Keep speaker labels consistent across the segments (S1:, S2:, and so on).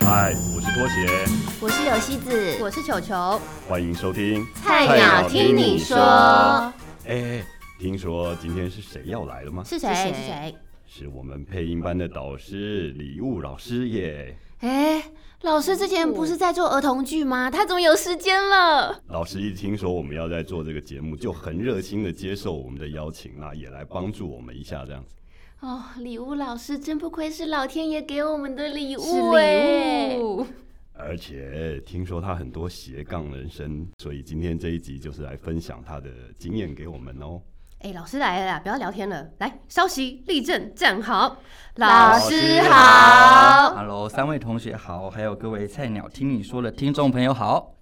S1: 嗨，我是拖鞋，
S2: 我是游西子，
S3: 我是球球，
S1: 欢迎收听。
S2: 菜
S1: 鸟听你说，哎，听说今天是谁要来了吗？
S3: 是谁？
S2: 是谁
S3: 是谁？
S1: 是我们配音班的导师礼物老师耶。
S2: 哎、老师之前不是在做儿童剧吗？他怎么有时间了？
S1: 老师一听说我们要在做这个节目，就很热心的接受我们的邀请啊，也来帮助我们一下这样子。
S2: 哦，礼物老师真不愧是老天爷给我们的礼物
S3: 是
S2: 哎
S3: 礼！物。
S1: 而且听说他很多斜杠人生，所以今天这一集就是来分享他的经验给我们哦。
S3: 哎、老师来了啦，不要聊天了，来，稍息，立正，站好。
S2: 老师好，
S4: Hello，三位同学好，还有各位菜鸟听你说的听众朋友好。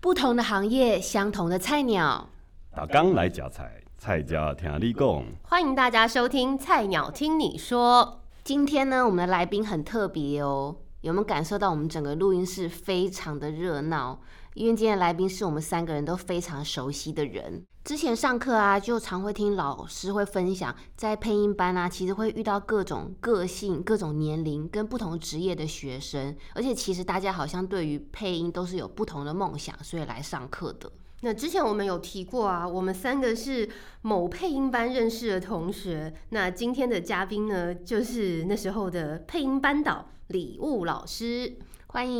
S3: 不同的行业，相同的菜鸟，
S1: 打刚来夹菜，菜家听立贡。
S3: 欢迎大家收听《菜鸟听你说
S2: 今天呢，我们的来宾很特别哦，有没有感受到我们整个录音室非常的热闹？因为今天的来宾是我们三个人都非常熟悉的人。之前上课啊，就常会听老师会分享，在配音班啊，其实会遇到各种个性、各种年龄跟不同职业的学生，而且其实大家好像对于配音都是有不同的梦想，所以来上课的。》。
S3: 那之前我们有提过啊，我们三个是某配音班认识的同学。那今天的嘉宾呢，就是那时候的配音班导礼物老师。
S2: 欢
S3: 嗯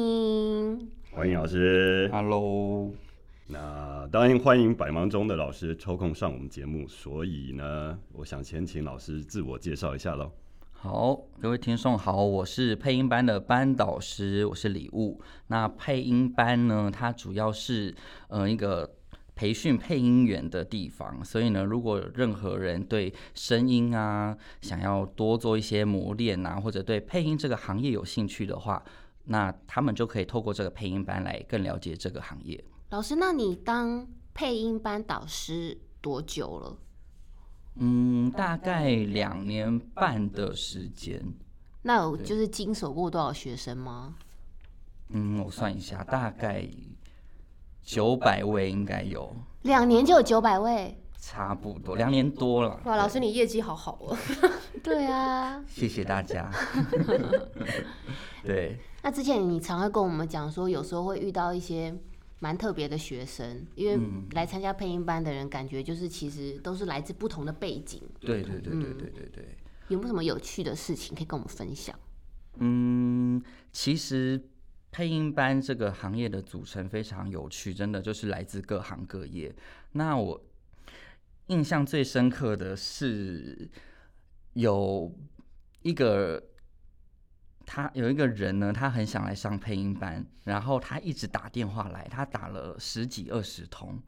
S2: 迎，
S1: 欢迎老师。
S4: Hello，
S1: 那当然欢迎百忙中的老师抽空上我们节目，所以呢，我想先请老师自我介绍一下喽。
S4: 好，各位听众好，我是配音班的班导师，我是礼物。那配音班呢，它主要是呃一个培训配音员的地方，所以呢，如果有任何人对声音啊想要多做一些磨练啊，或者对配音这个行业有兴趣的话，那他们就可以透过这个配音班来更了解这个行业。
S2: 老师，那你当配音班导师多久了？
S4: 嗯，大概两年半的时间。
S2: 那有就是经手过多少学生吗？
S4: 嗯，我算一下，大概九百位应该有，
S2: 两年就有九百位。
S4: 差不多两年多了。
S3: 哇，老师你业绩好好哦。
S2: 对啊，
S4: 谢谢大家。 对，
S2: 那之前你常会跟我们讲说，有时候会遇到一些蛮特别的学生，因为
S4: 嗯
S2: 来参加配音班的人，感觉就是其实都是来自不同的背景。
S4: 对对对对对对对。
S2: 有没有什么有趣的事情可以跟我们分享？
S4: 嗯，其实配音班这个行业的组成非常有趣，真的就是来自各行各业。那我印象最深刻的是有一个。他有一个人呢，他很想来上配音班，然后他一直打电话来，他打了十几二十通，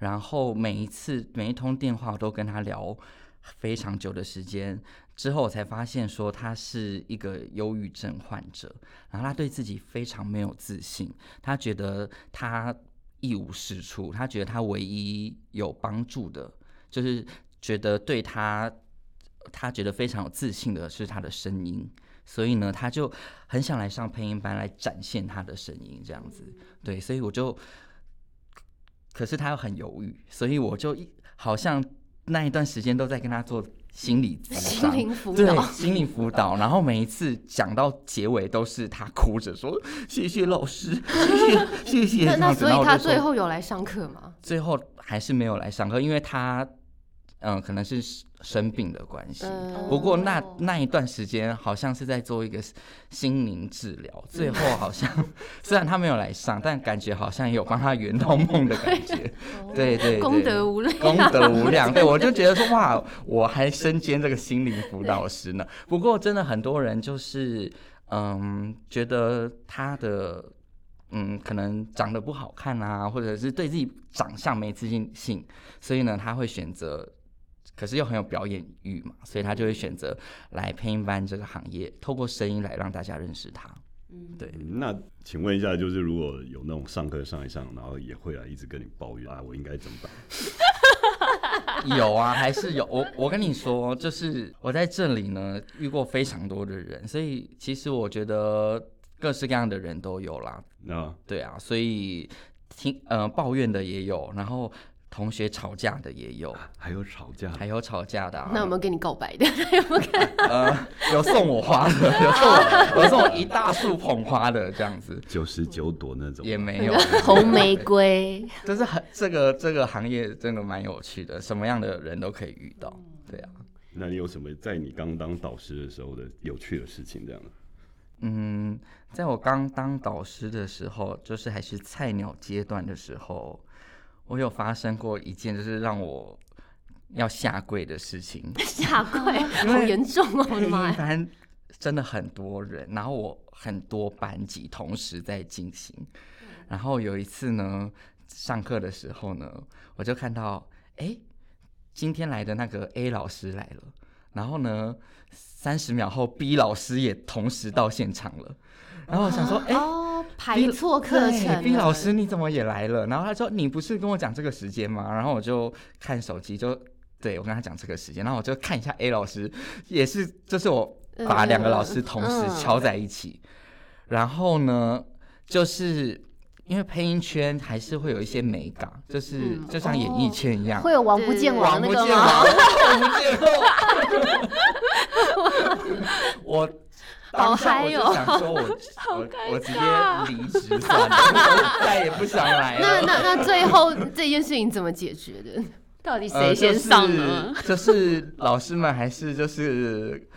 S4: 然后每一次每一通电话我都跟他聊非常久的时间，之后我才发现说他是一个忧郁症患者，然后他对自己非常没有自信，他觉得他一无是处，他觉得他唯一有帮助的，就是觉得对他，他觉得非常有自信的是他的声音。所以呢，他就很想来上配音班来展现他的声音，这样子。对，所以我就，可是他又很犹豫，所以我就一好像那一段时间都在跟他做心理咨
S3: 心
S4: 商
S3: 灵辅导
S4: 对，心理辅导。然后每一次讲到结尾，都是他哭着说：“谢谢老师，谢谢谢谢。”
S3: 那那
S4: 然后
S3: 所以
S4: 我就
S3: 他
S4: 说
S3: 最后有来上课吗？
S4: 最后还是没有来上课，因为他嗯、呃可能是生病的关系。
S3: 呃
S4: 不过那那一段时间好像是在做一个心灵治疗，最后好像
S3: 嗯
S4: 虽然他没有来上，但感觉好像有帮他圆到梦的感 觉。对对对，
S3: 哦功德无量。
S4: 功德无量。对，我就觉得说哇，我还身兼这个心灵辅导师呢。不过真的很多人就是嗯，觉得他的嗯，可能长得不好看啊，或者是对自己长相没自信性，所以呢，他会选择。可是又很有表演欲嘛，所以他就会选择来配音班这个行业，透过声音来让大家认识他。
S2: 嗯，
S4: 对，
S1: 嗯那请问一下，就是如果有那种上课上一上，然后也会来一直跟你抱怨啊，我应该怎么办？
S4: 有啊，还是有。我我跟你说，就是我在这里呢遇过非常多的人，所以其实我觉得各式各样的人都有啦。
S1: 那
S4: 对啊，所以听呃抱怨的也有，然后同学吵架的也有，
S1: 还有吵架，
S4: 还有吵架的、啊。
S3: 那有没有跟你告白 的？有没有跟
S4: 呃，有送我花的，有送我，有送我一大束捧花的这样子，
S1: 九十九朵那种
S4: 也没有。
S2: 红玫瑰，
S4: 就是很 这个这个行业真的蛮有趣的，什么样的人都可以遇到。对啊，
S1: 那你有什么在你刚当导师的时候的有趣的事情？这样
S4: 嗯，在我刚当导师的时候，就是还是菜鸟阶段的时候，我有发生过一件就是让我要下跪的事情。
S3: 下跪？好严重哦！我的 妈呀！
S4: 班真的很多人，然后我很多班级同时在进行。然后有一次呢，上课的时候呢，我就看到，哎，今天来的那个 A 老师来了，然后呢，三十秒后 B 老师也同时到现场了。然后我想说，哎、
S2: 哦，排
S4: B-
S2: 错课
S4: 对
S2: 程了。
S4: 毕老师你怎么也来了？然后他说你不是跟我讲这个时间吗？然后我就看手机就。对，我跟他讲这个时间，然后我就看一下 A 老师，也是，就是我
S2: 嗯
S4: 把两个老师同时敲在一起，然后呢，就是因为配音圈还是会有一些美感，就是、
S3: 嗯
S4: 就像演艺圈一样，
S2: 哦会有王不见王那
S4: 不
S2: 个
S4: 见
S2: 吗？
S4: 王，王不见王。我
S3: 好
S4: 当下
S3: 嗨
S4: 我就
S3: 哦
S4: 想说我，我我直接离职算了，我再也不想来
S3: 那
S4: 了。
S3: 那那最后这件事情怎么解决的？
S2: 到底谁
S4: 呃
S2: 先上呢？？
S4: 就是就是老师们还是就是。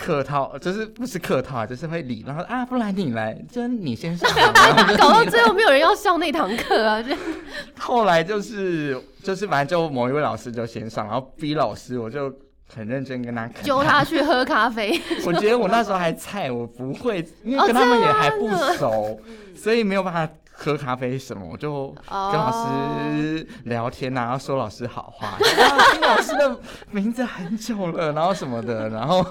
S4: 客套呃就是不是客套啊，就是会礼，然后啊，不然你来，就是你先上好了。然
S3: 搞到
S4: 后就你
S3: 最后没有人要上那堂课啊！这
S4: 后来就是就是反正就某一位老师就先上，然后 B 老师我就很认真跟他看
S3: 揪他去喝咖啡，
S4: 我觉得我那时候还菜，我不会，因为跟他们也还不熟， 所以没有办法喝咖啡什么，我就跟老师聊天啊，说老师好话，啊听老师的名字很久了，然后什么的，然后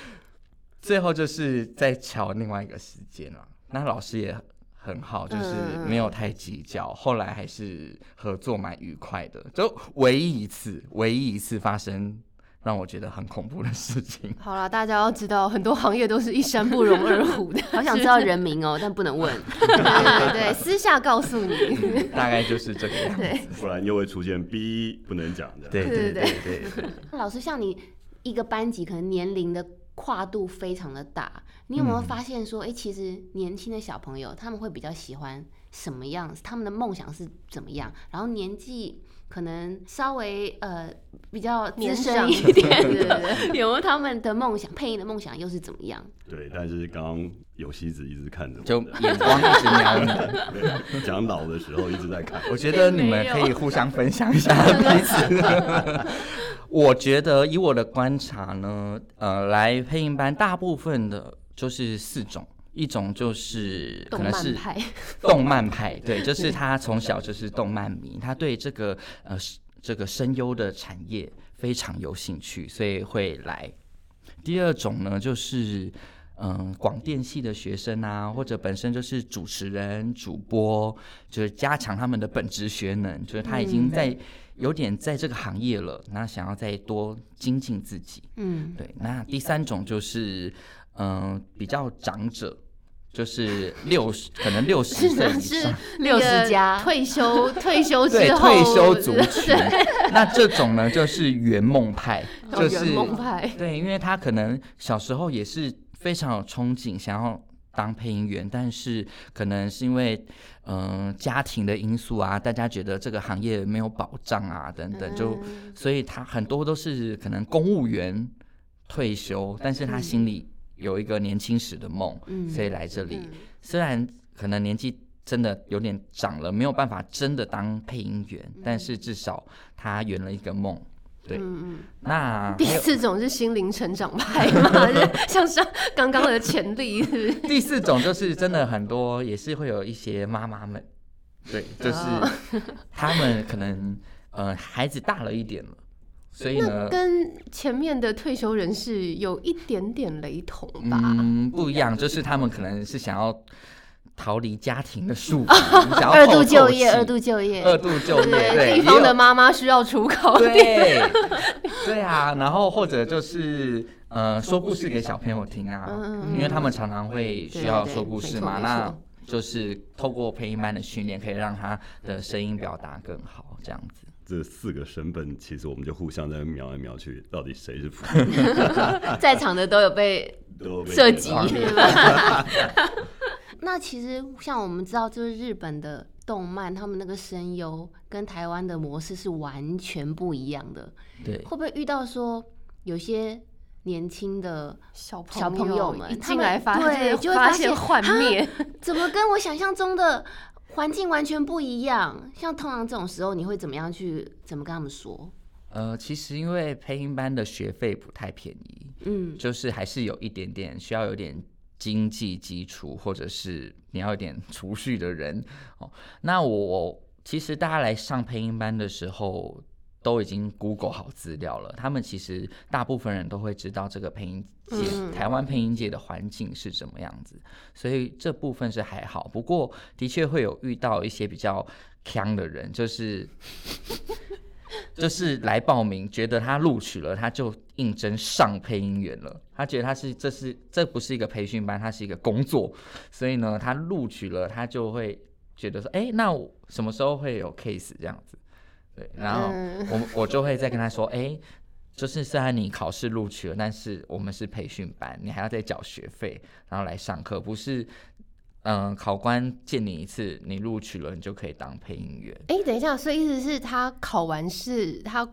S4: 最后就是在瞧另外一个时间了。那老师也很好，就是没有太计较，后来还是合作蛮愉快的，就唯一一次，唯一一次发生让我觉得很恐怖的事情。
S3: 好啦，大家要知道，很多行业都是一山不容二虎的。
S2: 好想知道人名哦，但不能问。
S3: 对 对对，私下告诉你。
S4: 大概就是这个样子。
S1: 不然又会出现 B 不能讲的。
S4: 对
S3: 对对
S4: 对对对，
S2: 老师，像你一个班级，可能年龄的跨度非常的大，你有没有
S4: 嗯
S2: 发现说，哎、其实年轻的小朋友他们会比较喜欢什么样？他们的梦想是怎么样？然后年纪可能稍微呃比较资
S3: 年
S2: 深
S3: 长
S2: 一点
S3: 对对
S2: 的，
S3: 对，
S2: 有没有他们的梦想？配音的梦想又是怎么样？
S1: 对，但是刚刚有西子一直看着我，
S4: 就眼光一直瞄你。
S1: 对讲老的时候一直在看。
S4: 我觉得你们可以互相分享一 下彼此。我觉得以我的观察呢，呃，来配音班大部分的就是四种，一种就是可
S3: 动
S4: 能
S3: 漫
S4: 是
S3: 派，
S4: 动漫派，对，就是他从小就是动漫迷，他对这个呃是这个声优的产业非常有兴趣，所以会来。第二种呢，就是嗯广电系的学生啊，或者本身就是主持人、主播，就是加强他们的本职学能，就是他已经在、有点在这个行业了，那想要再多精进自己。
S2: 嗯，
S4: 对，那第三种就是，嗯、比较长者，就是 六十，可能六十岁以
S3: 是
S4: 上，
S3: 那个
S2: 60加
S3: 退休退休
S4: 对
S3: 之后
S4: 退休族群。那这种呢，就是圆梦派，
S3: 哦
S4: 就
S3: 圆
S4: 是
S3: 梦派，
S4: 对，因为他可能小时候也是非常有憧憬，想要当配音员，但是可能是因为嗯、呃家庭的因素啊，大家觉得这个行业没有保障啊等等，就
S2: 嗯
S4: 所以他很多都是可能公务员退休，但是他心里有一个年轻时的梦，
S2: 嗯
S4: 所以来这里。虽然可能年纪真的有点长了，没有办法真的当配音员，
S2: 嗯
S4: 但是至少他圆了一个梦。对， 那
S3: 第
S4: 还有
S3: 四种是心灵成长派 嘛，就是像上刚刚的潜力，是不是？
S4: 第四种就是真的很多，也是会有一些妈妈们， 对，就是他们可能呃孩子大了一点了，所以呢，
S3: 跟前面的退休人士有一点点雷同吧。
S4: 嗯，不一样，就是他们可能是想要逃离家庭的束缚，想要
S2: 二
S4: 透
S2: 度
S4: 透
S2: 就业，
S4: 气
S2: 二度就业，
S4: 二度就业，对，
S3: 地
S4: 也
S3: 方
S4: 有
S3: 的妈妈需要出口。
S4: 对，对啊，然后或者就是呃，说故事给小朋友听啊，因为他们常常会需要
S3: 对对
S4: 说故
S3: 没
S4: 事
S3: 错嗯
S4: 嘛。
S3: 没
S4: 那
S3: 错
S4: 就是透过配音班的训练，可以让他的声音表达更好，这样子。
S1: 这四个身份，其实我们就互相在那瞄来瞄去，到底谁是普
S2: 在场的都有被
S1: 都被
S2: 涉及
S1: 啊
S2: 那其实像我们知道，就是日本的动漫，他们那个声优跟台湾的模式是完全不一样的。
S4: 对
S2: 会，不会遇到说有些年轻的
S3: 小朋
S2: 小朋友们
S3: 一
S2: 他
S3: 进
S2: 们
S3: 来发
S2: 对就
S3: 就
S2: 会
S3: 是
S2: 发
S3: 发
S2: 现
S3: 现幻
S2: 哈
S3: 灭，
S2: 怎么跟我想象中的环境完全不一样？像通常这种时候，你会怎么样去怎么跟他们说？
S4: 呃，其实因为配音班的学费不太便宜，
S2: 嗯，
S4: 就是还是有一点点需要有点经济基础，或者是你要有点 储蓄的人哦。那我其实大家来上配音班的时候。都已经 Google 好资料了，他们其实大部分人都会知道这个配音界、
S2: 嗯
S4: 台湾配音界的环境是怎么样子，所以这部分是还好。不过的确会有遇到一些比较强的人，就是就是来报名，觉得他录取了，他就应征上配音员了。他觉得他是这是这不是一个培训班，他是一个工作，所以呢，他录取了，他就会觉得说，哎、那我什么时候会有 case 这样子？对，然后
S3: 嗯
S4: 我我就会再跟他说，哎、就是虽然你考试录取了，但是我们是培训班，你还要再缴学费，然后来上课，不是，嗯、考官见你一次，你录取了，你就可以当配音员。
S3: 哎、等一下，所以意思是他考完试，他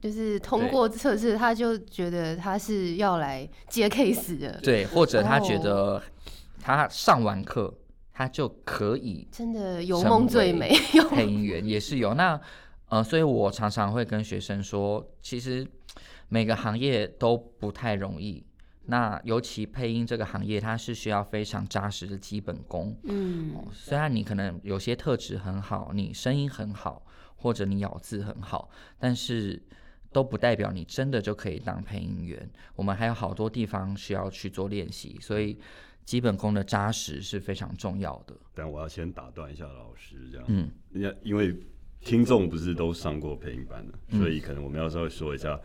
S3: 就是通
S4: 对
S3: 过测试，他就觉得他是要来接 case 的，
S4: 对，或者他觉
S3: 哦
S4: 得他上完课，他就可以
S3: 真的有
S4: 成
S3: 梦最
S4: 为
S3: 美，有
S4: 配音员也是有。那呃，所以我常常会跟学生说，其实每个行业都不太容易。那尤其配音这个行业，它是需要非常扎实的基本功。
S2: 嗯，
S1: 哦
S4: 虽然你可能有些特质很好，你声音很好，或者你咬字很好，但是都不代表你真的就可以当配音员。我们还有好多地方需要去做练习，所以基本功的扎实是非常重要的。
S1: 但我要先打断一下老师，这样，
S4: 嗯，
S1: 因为因为听众不是都上过配音班的，
S4: 嗯
S1: 所以可能我们要稍微说一下，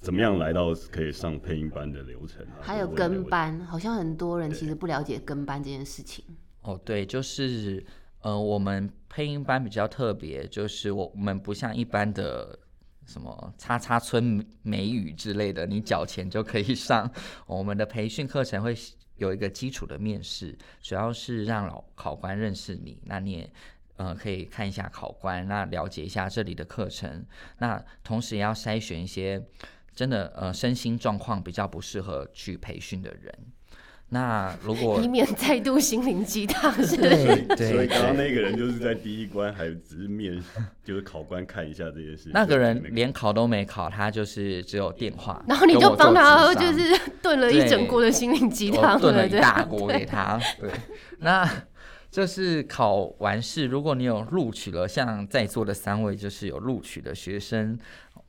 S1: 怎么样来到可以上配音班的流程啊，
S2: 还有
S1: 或者
S2: 跟
S1: 我
S2: 班，好像很多人其实不了解跟班这件事情。
S4: 哦，对，就是呃，我们配音班比较特别，就是我我们不像一般的什么叉叉村美语之类的，你缴钱就可以上。我们的培训课程会有一个基础的面试，主要是让老考官认识你，那你也。呃，可以看一下考官，那了解一下这里的课程，那同时也要筛选一些真的呃身心状况比较不适合去培训的人。那 如果
S3: 以免再度心灵鸡 汤是不是。
S4: 对
S1: 所以
S4: 对
S1: 刚刚
S4: 对，
S1: 那个人就是在第一关还只是面，就是考官看一下这件事情。
S4: 那个
S1: 就
S4: 人连考都没考，他就是只有电话，
S3: 然后你
S4: 跟
S3: 就
S4: 我
S3: 帮
S4: 做
S3: 他
S4: 智商
S3: 就是 炖了一整
S4: 对
S3: 锅的心灵鸡
S4: 我
S3: 汤
S4: 哦炖了一
S3: 对
S4: 大锅给他。 对，那就是考完试，如果你有录取了，像在座的三位就是有录取的学生，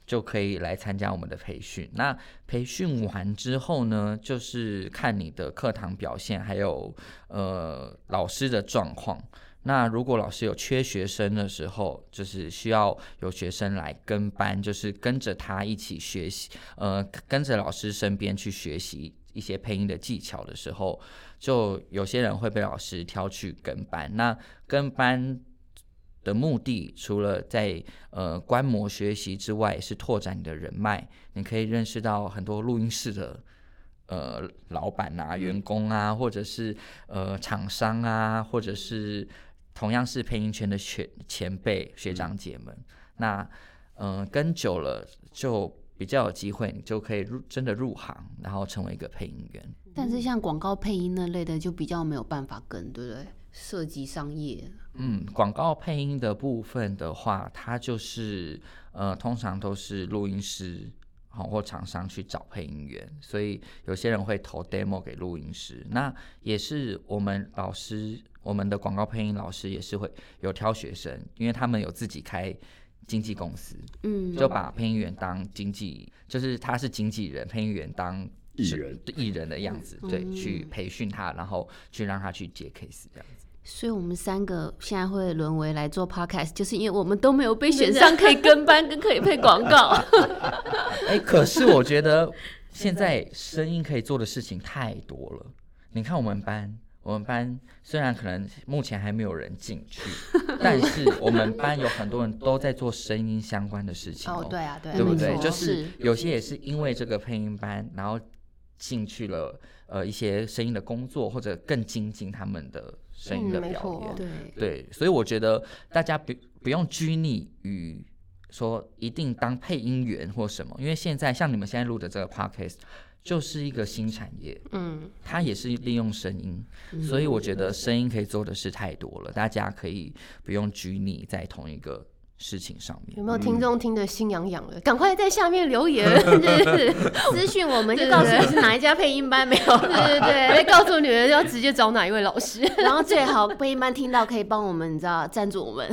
S4: 就可以来参加我们的培训。那培训完之后呢，就是看你的课堂表现，还有呃老师的状况。那如果老师有缺学生的时候，就是需要有学生来跟班，就是跟着他一起学习，呃，跟着老师身边去学习一些配音的技巧的时候，就有些人会被老师挑去跟班。那跟班的目的，除了在呃观摩学习之外，是拓展你的人脉，你可以认识到很多录音室的。呃，老板啊，员工啊，或者是呃厂商啊，或者是同样是配音圈的学前辈学长姐们，那嗯、呃跟久了就比较有机会，你就可以入真的入行，然后成为一个配音员。
S2: 但是像广告配音那类的，就比较没有办法跟，对不对？涉及商业，
S4: 嗯，广告配音的部分的话，它就是呃，通常都是录音师好、或厂商去找配音员，所以有些人会投 demo 给录音师。那也是我们老师，我们的广告配音老师也是会有挑学生，因为他们有自己开经纪公司，
S2: 嗯，
S4: 就把配音员当经纪，就是他是经纪人，配音员当
S1: 艺人
S4: 对艺人的样子，对，去培训他，然后去让他去接 case 这样子。
S2: 所以我们三个现在会沦为来做 podcast，就是因为我们都没有被选上，可以跟班跟可以配广告。
S4: 哎、可是我 觉得现在声音可以做的事情太多了。你看我们班，我们班虽然可能目前还没有人进 去，但是我们班有很多人都在做声音相关的事情
S3: 哦，对啊，对啊，
S4: 对不
S2: 没
S4: 对？
S2: 错
S4: 就
S2: 是
S4: 是有些也是因为这个配音班，然后进去了呃一些声音的工作，或者更精进他们的声音
S3: 嗯
S4: 的
S3: 没
S4: 表
S3: 错
S4: 演。
S2: 对，
S4: 对，所以我觉得大家不不用拘泥于说一定当配音员或什么，因为现在像你们现在录的这个 podcast 就是一个新产业，
S3: 嗯，
S4: 它也是利用声音，所以我觉得声音可以做的事太多了，大家可以不用拘泥在同一个事情上面
S3: 有。 没有听众听得心痒痒了？赶快在下面留言，就是
S2: 私讯我们就
S3: 对
S2: 告诉
S3: 对
S2: 你是哪一家配音班没
S3: 对
S2: 有，
S3: 对对，告诉你们要直接找哪一位老师，
S2: 然后最 好配音班听到可以帮我们，你知道赞助我们。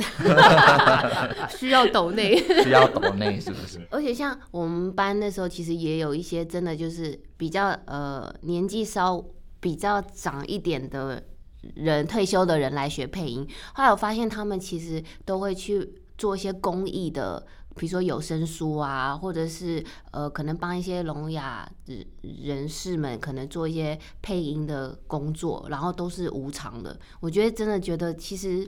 S3: 需要抖内。
S4: 需要抖内是不是？
S2: 而且像我们班那时候，其实也有一些真的就是比较呃年纪稍比较长一点的人，退休的人来学配音。后来我发现他们其实都会去做一些公益的，比如说有声书啊，或者是呃可能帮一些聋哑人人士们可能做一些配音的工作，然后都是无偿的。我觉得真的觉得其实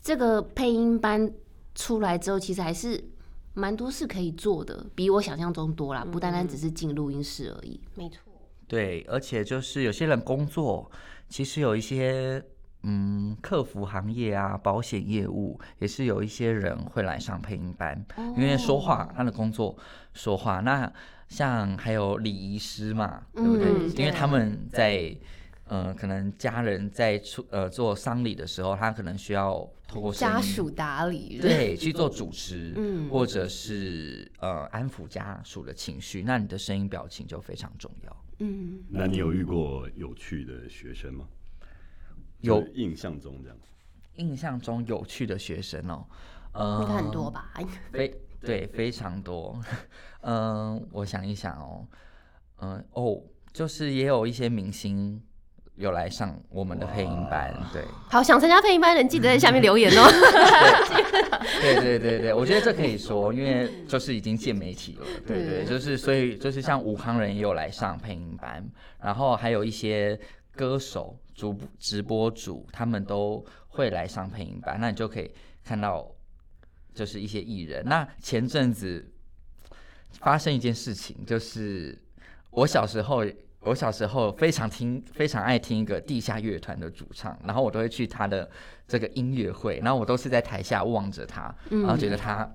S2: 这个配音班出来之后，其实还是蛮多事可以做的，比我想象中多啦，不单单只是进录音室而已。
S3: 没错，
S4: 对，而且就是有些人工作，其实有一些嗯，客服行业啊，保险业务也是有一些人会来上配音班，
S3: 哦
S4: 因为说话他的工作说话。那像还有礼仪师嘛，对不对？
S2: 嗯
S4: 因
S3: 对
S4: 为他们在。呃，可能家人在出呃做丧礼的时候，他可能需要透过声
S3: 家
S4: 音
S3: 属打理，
S4: 对，去做主持，
S2: 嗯
S4: 或者是呃安抚家属的情绪，那你的声音表情就非常重要。
S2: 嗯，
S1: 那你有遇过有趣的学生吗？
S4: 有
S1: 就是印象中这样，
S4: 印象中有趣的学生哦，
S3: 应
S4: 呃，
S3: 该很多吧？
S2: 啊
S4: 非对非常多， 嗯、我想一想哦，嗯、哦，就是也有一些明星有来上我们的配音班，对，
S3: 好，想参加配音班的人记得在下面留言哦。
S4: 对对对 对，我觉得这可以说，因为就是已经见媒体了，对对，就是所以就是像武康人也有来上配音班，然后还有一些歌手、主直播主，他们都会来上配音班，那你就可以看到就是一些艺人。那前阵子发生一件事情，就是我小时候。我小时候非常听，非常爱听一个地下乐团的主唱，然后我都会去他的这个音乐会，然后我都是在台下望着他，
S3: 嗯
S4: 然后觉得他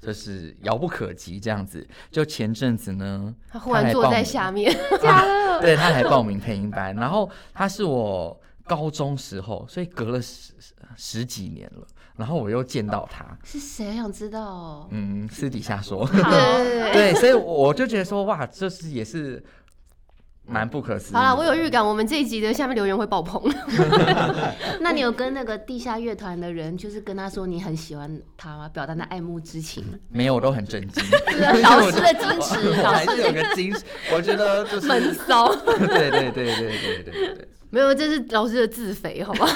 S4: 就是遥不可及这样子。就前阵子呢，
S3: 他忽然坐在下面，
S4: 他， 对，他来报名配音班，然后他是我高中时候，所以隔了十十十几年了，然后我又见到他，
S2: 是谁我想知道哦？
S4: 嗯，私底下说，
S3: 对对对对。
S4: 对，所以我就觉得说，哇，这是也是蛮不可思议的。
S3: 好了，我有预感，我们这一集的下面留言会爆 棚。
S2: 那你有跟那个地下乐团的人，就是跟他说你很喜欢他吗？表达那爱慕之情？
S4: 没有，我都很震 惊。
S2: 老师的矜持，
S4: 我
S2: 老
S4: 还
S2: 师
S4: 是有个矜持，我觉得就 是
S3: 闷 骚，
S4: 对对对对对对对
S3: 没有，这是老师的自肥，好 吧？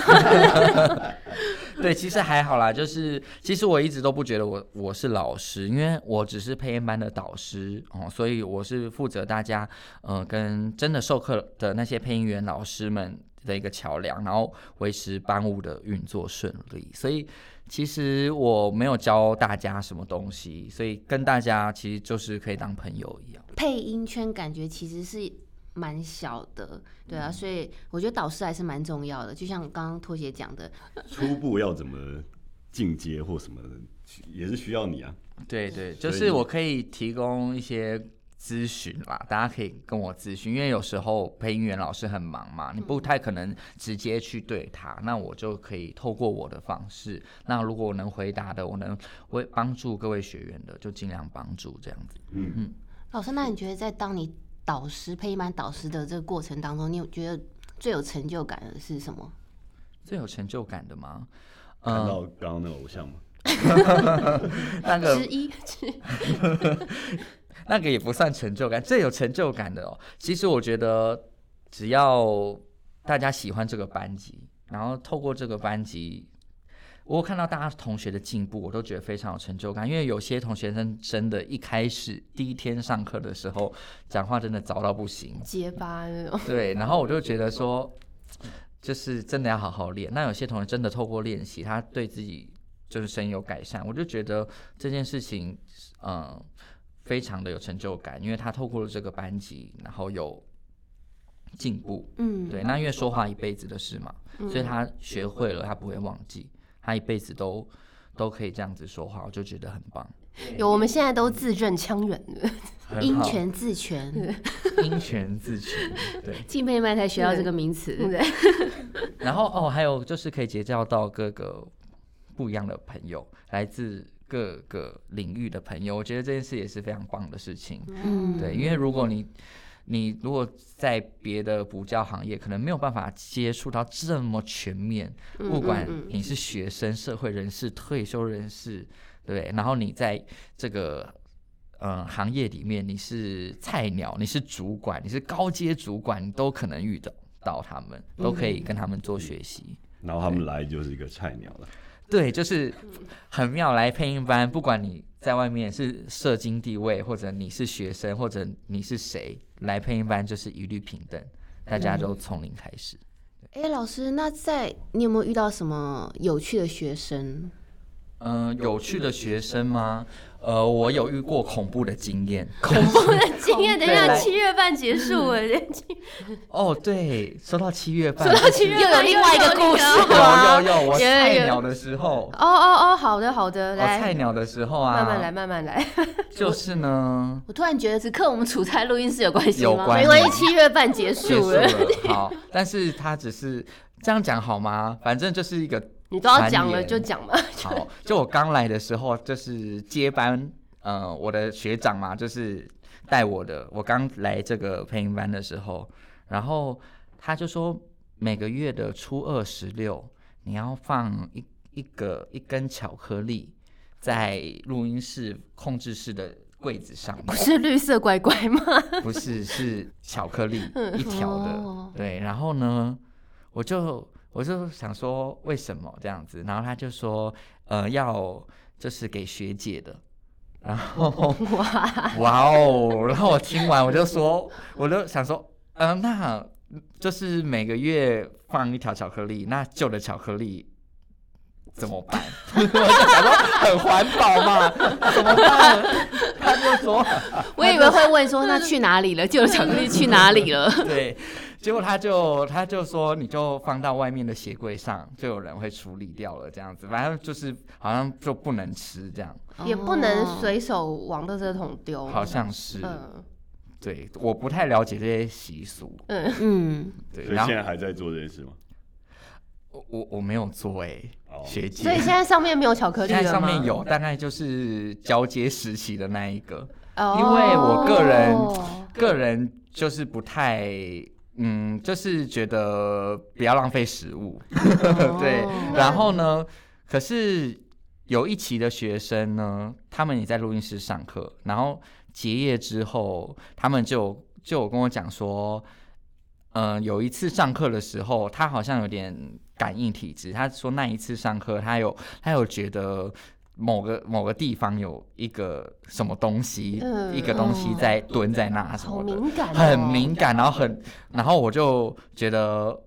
S4: 对，其实还好啦，就是其实我一直都不觉得我我是老师，因为我只是配音班的导师哦、所以我是负责大家呃跟真的授课的那些配音员老师们的一个桥梁，然后维持班务的运作顺利，所以。其实我没有教大家什么东西，所以跟大家其实就是可以当朋友一样。
S2: 配音圈感觉其实是蛮小的，对
S4: 嗯
S2: 啊，所以我觉得导师还是蛮重要的。就像刚刚拖鞋讲的，
S1: 初步要怎么进阶或什么的，也是需要你啊。
S4: 对对，就
S1: 所
S4: 是
S1: 以
S4: 我可以提供一些咨询啦，大家可以跟我咨询，因为有时候配音员老师很忙嘛，你
S1: 嗯
S4: 不太可能直接去对他，那我就可以透过我的方式，那如果我能回答的，我能为帮助各位学员的，就尽量帮助这样子。
S1: 嗯，
S2: 老师，那你觉得在当你导师配音班导师的这个过程当中，你有觉得最有成就感的是什么？
S4: 最有成就感的吗？
S1: 看
S4: 嗯，
S1: 到刚刚那个偶像嘛，
S4: 那个
S3: 之一，
S4: 那个也不算成就感，最有成就感的哦。其实我觉得，只要大家喜欢这个班级，然后透过这个班级，我看到大家同学的进步，我都觉得非常有成就感。因为有些同学生真的，一开始第一天上课的时候，讲话真的糟到不行，
S3: 结巴那种。
S4: 对，然后我就觉得说，就是真的要好好练。那有些同学真的透过练习，他对自己就是声音有改善，我就觉得这件事情，嗯，非常的有成就感，因为他透过了这个班级，然后有进步。
S2: 嗯，
S4: 对，那因为说话一辈子的事嘛，
S3: 嗯
S4: 所以他学会了，他不会忘记，他一辈子都都可以这样子说话，我就觉得很棒，
S3: 有，我们现在都字正腔圆了。
S4: 很
S2: 鹰
S4: 好，
S2: 犬自
S3: 嗯
S2: 全，
S4: 鹰犬自群，对。
S2: 敬佩麦才学到这个名词。
S3: 对
S4: 然后哦，还有就是可以结交到各个不一样的朋友，来自各个领域的朋友，我觉得这件事也是非常棒的事情。
S2: 嗯，
S4: 对，因为如果你你如果在别的补教行业，可能没有办法接触到这么全面，
S3: 嗯
S4: 不管你是学生、社会人士、退休人士，对不对？然后你在这个。嗯，行业里面你是菜鸟，你是主管，你是高阶主管，你都可能遇到到他们，都可以跟他们做学习。
S1: 然后他们来就是一个菜鸟了，
S4: 对，就是很妙。来配音班，不管你在外面是社经地位，或者你是学生，或者你是谁，来配音班就是一律平等，大家都从零开始。
S2: 哎、老师，那在你有没有遇到什么有趣的学生？
S4: 嗯、有趣的学生吗？呃，我有遇过恐怖的经验。
S3: 我 的经验，嗯等一下
S4: 来
S3: 七月半结束了，
S2: 嗯
S4: 哦，对，说到七月半，
S3: 说到七月半
S2: 又有另外一个故事
S3: 又有
S2: 了
S4: 有有有，我
S3: 有有
S4: 菜鸟的时候，
S3: 哦哦哦，好的好的，
S4: 我
S3: 来
S4: 菜，鸟的时候啊，
S3: 慢慢来，慢慢来。
S4: 就是呢，
S2: 我突然觉得只跟我们处在录音室有关系吗？
S4: 有关
S3: 没关系，七月半结
S4: 结
S3: 束
S4: 束
S3: 了，
S4: 了，好，但是他只是这样讲好吗？反正就是一个
S3: 你都要讲
S4: 传
S3: 了
S4: 言
S3: 就讲嘛。
S4: 好，就我刚来的时候，就是接班，呃，我的学长嘛，就是带我的。我刚来这个配音班的时候，然后他就说，每个月的初二十六，你要放一一个一根巧克力在录音室控制室的柜子上面
S3: 不是绿色乖乖吗？
S4: 不是是巧克力一条的。
S2: 哦
S4: 对，然后呢，我就我就想说为什么这样子，然后他就说，呃，要就是给学姐的，然后哇哇哦，然后我听完我就说，我就想说，嗯、那就是每个月放一条巧克力，那旧的巧克力。怎么办？ 我就想说很环保嘛，怎么办？ 他就说
S2: 我以为会问说那去哪里了，旧的巧克力去哪里 了？
S4: 对，结果他就他就说你就放到外面的鞋柜上，就有人会处理掉了这样子，反正就是好像就不能吃这样，
S3: 也不能
S2: 哦
S3: 随手往垃圾桶丢。
S4: 好像是、
S3: 哦嗯
S4: 对，我不太了解这些习俗，
S3: 嗯，
S2: 嗯，
S4: 对，
S1: 所以
S4: 然后
S1: 现在还在做这件事吗？
S4: 我我我没有做哎、
S1: 哦
S4: 学姐，
S3: 所以现在上面没有巧克力
S4: 现在
S3: 了
S4: 上面
S3: 吗，
S4: 有大概就是交接时期的那一个，
S3: 哦
S4: 因为哎我个人
S2: 哦
S4: 个人就是不太。嗯，就是觉得不要浪费食物， 对
S2: 哦，
S4: 然后呢，可是有一期的学生呢，他们也在录音室上课，然后结业之后，他们就就有跟我讲说，嗯、有一次上课的时候，他好像有点感应体质，他说那一次上课，他有他有觉得。某个某个地方有一个什么东西，
S3: 嗯
S4: 一个东西在蹲在那什
S3: 好
S4: 么的，
S3: 敏感哦，
S4: 很敏感，然后很，然后我就觉得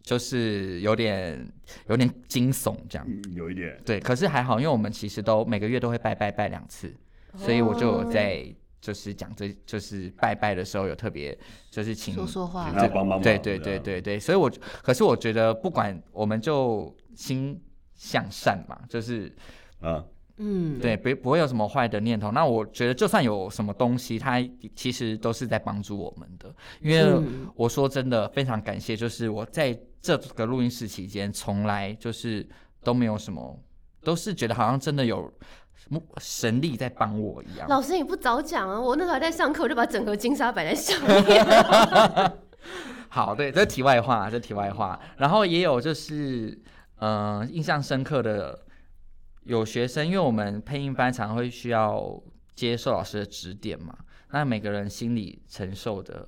S4: 就是有点有点惊悚这样。
S1: 嗯有一点，
S4: 对，可是还好，因为我们其实都每个月都会拜拜拜两次，
S2: 哦
S4: 所以我就有在就是讲这就是拜拜的时候有特别就是请
S2: 说说话
S1: 请，他帮帮忙。啊
S4: 对对对
S1: 这样，
S4: 对对，所以我可是我觉得不管我们就心向善嘛，就是
S1: 啊，
S2: 嗯，
S4: 对，不不会有什么坏的念头。那我觉得，就算有什么东西，它其实都是在帮助我们的。因为
S2: 嗯
S4: 我说真的，非常感谢，就是我在这个录音室期间，从来就是都没有什么，都是觉得好像真的有神力在帮我一样。
S3: 老师，你不早讲啊！我那时候还在上课，我就把整盒金沙摆在上 面。
S4: 好，对，这题外话，这题外话。然后也有就是，嗯、印象深刻的有学生，因为我们配音班常会需要接受老师的指点嘛，那每个人心理承受的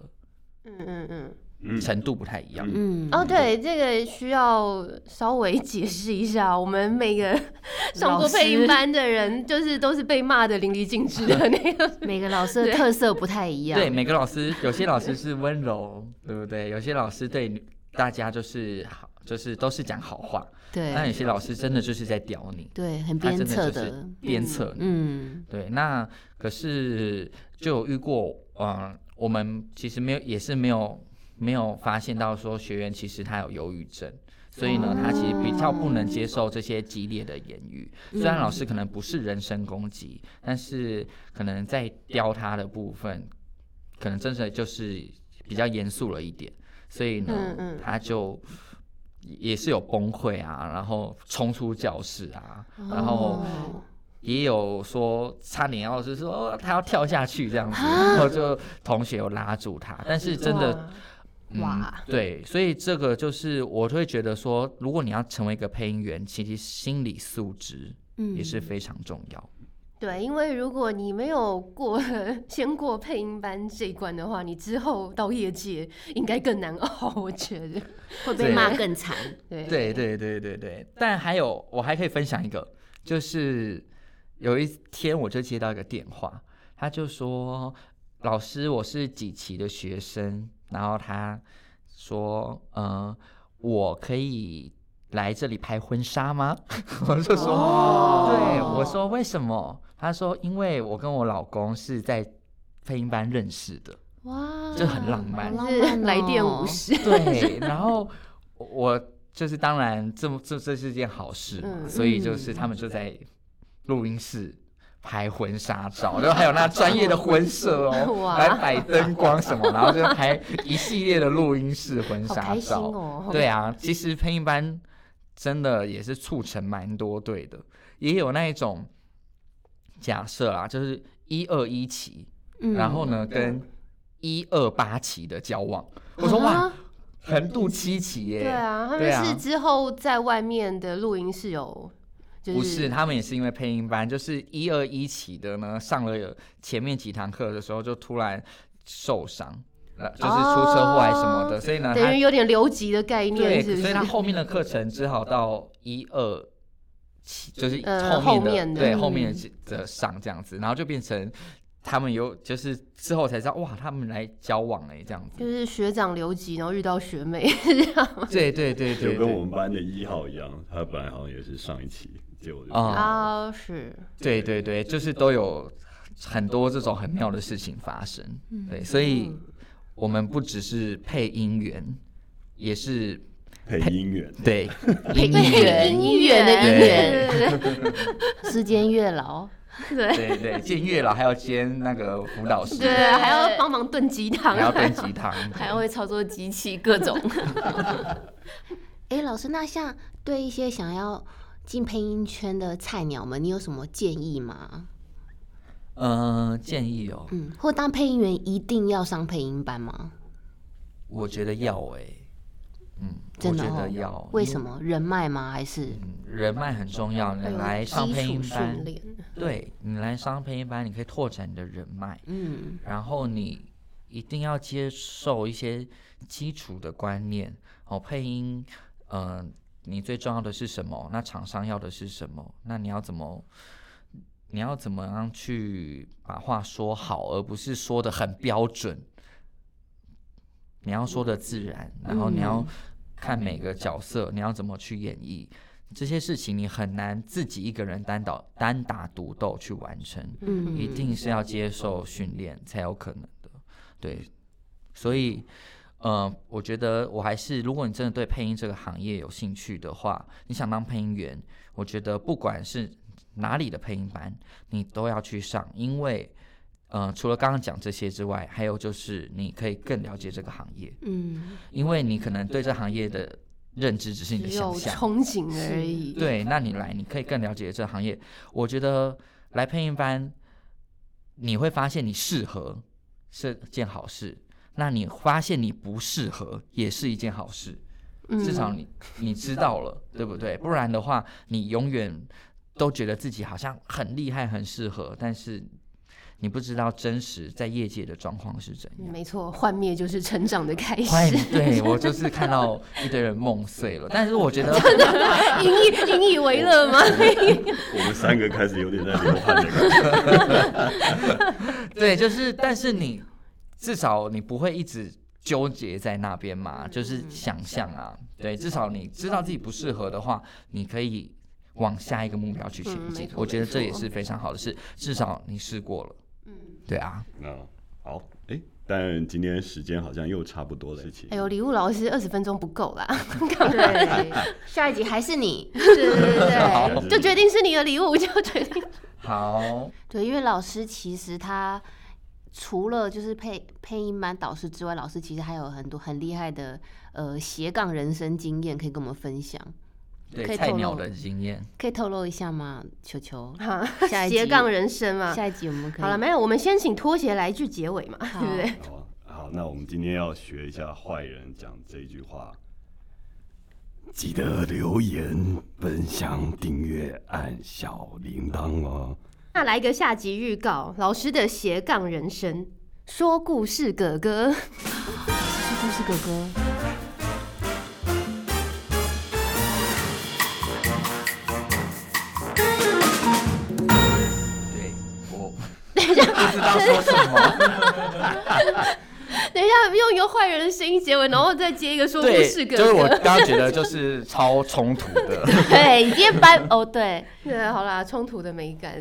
S3: 嗯嗯嗯。
S1: 嗯，
S4: 程度不太一样。
S2: 嗯，
S3: 哦，对，这个需要稍微解释一 下。我们每个上过配音班的人，就是都是被骂的淋漓尽致的那 个。
S2: 每个老师的特色不太一样，
S4: 对，每个老师，有些老师是温柔，对不对？有些老师对女大家就是好，就是都是讲好话。那
S2: 对
S4: 有些老师真的就是在刁你，
S2: 对，很
S4: 哎他
S2: 鞭
S4: 真
S2: 策
S4: 的就
S2: 的
S4: 是，鞭策你。
S2: 嗯，
S4: 对，那可是就有遇过，嗯、我们其实没有，也是没有没有发现到说学员其实他有忧郁症，所以呢，他其实比较不能接受这些激烈的言语。虽然老
S3: 嗯
S4: 师可能不是人身攻击，但是可能在雕他的部分，可能真的就是比较严肃了一点，所以呢，
S3: 嗯嗯
S4: 他就。也是有崩溃啊，然后冲出教室啊，然后
S2: 哦
S4: 也有说差点要是说、哦、他要跳下去这样子，
S2: 啊
S4: 然后就同学有拉住他，但是真的、嗯、
S3: 哇
S4: 对，所以这个就是我会觉得说，如果你要成为一个配音员，其实心理素质
S2: 嗯
S4: 也是非常重要。
S3: 对，因为如果你没有过先过配音班这一关的话，你之后到业界应该更难熬，我觉得。
S2: 会被
S4: 对
S2: 骂更惨。
S3: 对
S4: 对对对对对，但还有我还可以分享一个，就是有一天我就接到一个电话，他就说：“老师，我是几期的学生。”然后他说：“嗯、我可以来这里拍婚纱吗？” 我就说：“对。”我说：“为什么？”他说：“因为我跟我老公是在配音班认识的。”
S2: 哇，
S4: 这很浪漫
S2: 好
S3: 是
S2: 浪漫
S3: 来电
S2: 哦
S3: 五， 十，
S4: 对，然后我我就是当然这么这这是件好事嘛，
S3: 嗯
S4: 所以就是他们就在录音室。拍婚纱照，然后还有那专业的婚摄哦，
S3: 哇
S4: 来摆灯光什么，然后就拍一系列的录音室婚
S3: 好
S4: 纱
S3: 开心
S4: 照。
S3: 哦。
S4: 对啊，其实配音班真的也是促成蛮多对的，也有那一种假设啊，就是一二一期，
S2: 嗯
S4: 然后呢跟一二八期的交往，我说
S3: 啊嗯
S4: 哇，横渡七期耶，
S3: 对啊，他
S4: 对
S3: 们
S4: 啊
S3: 是之后在外面的录音室有，就是
S4: 不是，他们也是因为配音班，就是一二一期的呢，上了前面几堂课的时候就突然受伤，呃就是出车祸还是什么的，所以呢，他
S3: 哦等于有点留级的概念，
S4: 对，
S3: 是不
S4: 所以
S3: 是？
S4: 他后面的课程只好到一二七，就是
S3: 呃
S4: 后
S3: 后
S4: 面
S3: 面
S4: 的
S3: 的
S4: 对
S3: 嗯
S4: 后面的的上这样子，然后就变成他们有就是之后才知道哇，他们来交往哎、这样
S3: 就
S4: 子，
S3: 是学长留级，然后遇到学妹，是这样吗
S4: 对对对
S1: 就
S4: 对
S1: 跟我
S4: 对
S1: 们班的一号一样，他本来好像也是上一期，结果就
S4: 啊、
S3: 啊，是
S4: 对对对，就是都有很多这种很妙的事情发生，
S2: 嗯
S4: 对，所以我们不只是配音员，也是
S1: 配音员。
S4: 对
S2: 配音员
S3: 姻缘的姻缘，对对
S2: 世间月老，
S3: 对
S4: 对对，兼月老还要兼那个辅导师，
S3: 对，还要帮忙炖鸡
S2: 啊
S3: 汤
S4: 还，要 炖鸡 汤，
S5: 还会操作机器各种。
S2: 哎，老师，那像对一些想要进配音圈的菜鸟们，你有什么建议吗？
S4: 嗯，建议哦，
S2: 嗯，或当配音员一定要上配音班吗？
S4: 我觉得要哎、嗯，
S2: 真的
S4: 我觉
S2: 哦
S4: 得要，
S2: 为什？么人脉吗？还是
S4: 嗯，人脉很重要，你
S3: 会有
S4: 来
S3: 嗯
S4: 上
S3: 基
S4: 配音
S3: 础训
S4: 班，
S3: 练，
S4: 对你来上配音班，你可以拓展你的人脉，
S2: 嗯
S4: 然后你一定要接受一些基础的观念哦，配音，嗯、你最重要的是什么？那厂商要的是什么？那你要怎么？你要怎么样去把话说好，而不是说的很标准？你要说的自然，然后你要看每个角色，你要怎么去演绎这些事情，你很难自己一个人单打单打独斗去完成。
S2: 嗯
S4: 一定是要接受训练才有可能的。对，所以，呃，我觉得我还是，如果你真的对配音这个行业有兴趣的话，你想当配音员，我觉得不管是哪里的配音班，你都要去上，因为，呃，除了刚刚讲这些之外，还有就是你可以更了解这个行业，
S2: 嗯，
S4: 因为你可能对这行业的认知只是你的
S3: 只有
S4: 想象，
S3: 憧憬而已。，
S4: 对，那你来，你可以更了解这个行业。我觉得来配音班，你会发现你适合是件好事，那你发现你不适合也是一件好事。
S3: 嗯
S4: 至少你你知道了，对不对？不然的话，你永远都觉得自己好像很厉害、很适合，但是你不知道真实在业界的状况是怎样。
S3: 没错，幻灭就是成长的开
S4: 欢
S3: 始
S4: 迎，，对我就是看到一堆人梦碎了，但是我觉得
S3: 引以引以为乐吗？
S1: 我们三个开始有点在流汗 的
S4: 哦
S1: 感觉。
S4: 对，就是，但是你至少你不会一直纠结在那边嘛，就是嗯想象啊，对，至少你知道自己不适合的话，你可以往下一个目标去前
S3: 嗯没
S4: 进。
S3: 错
S4: 我觉得
S3: 没
S4: 这也
S3: 错
S4: 是非常好的事，至少你试过了，
S3: 嗯，
S4: 对啊，
S1: 那好，哎、但今天时间好像又差不多了，事情
S3: 哎。呦，礼物老师二十分钟不够 啦，
S2: 对， 下一集还是你。
S3: 对对对
S1: 好
S3: 对，就决定是你的礼物，就决定
S4: 好，
S2: 对，因为老师其实他除了就是配配音班导师之外，老师其实还有很多很厉害的呃斜杠人生经验可以跟我们分享，可
S4: 对，
S2: 以
S4: 菜
S2: 透
S4: 鸟
S2: 露
S4: 的经验，
S2: 可以透露一下吗？球球，
S3: 哈
S2: 下一集
S3: 斜杠人生嘛。
S2: 下一集我们可以
S3: 啊好了，没有，我们先请拖鞋来一句结尾嘛，
S2: 好
S3: 对不对？
S1: 好啊，好，那我们今天要学一下坏人讲这一句话。记得留言、分享、订阅、按小铃铛哦。
S3: 那来一个下集预告，老师的斜杠人生，说故事哥哥。
S2: 故事哥哥。
S4: 对 我不知道说什么，
S3: 等一下，用一个坏人的声音结尾，然后再接一个说故
S4: 对，
S3: 事哥
S4: 就是 我
S3: 哥。
S4: 刚刚觉得就是超冲突 的。
S2: 对，今天班哦，对，
S3: 对，好啦，冲突的美感。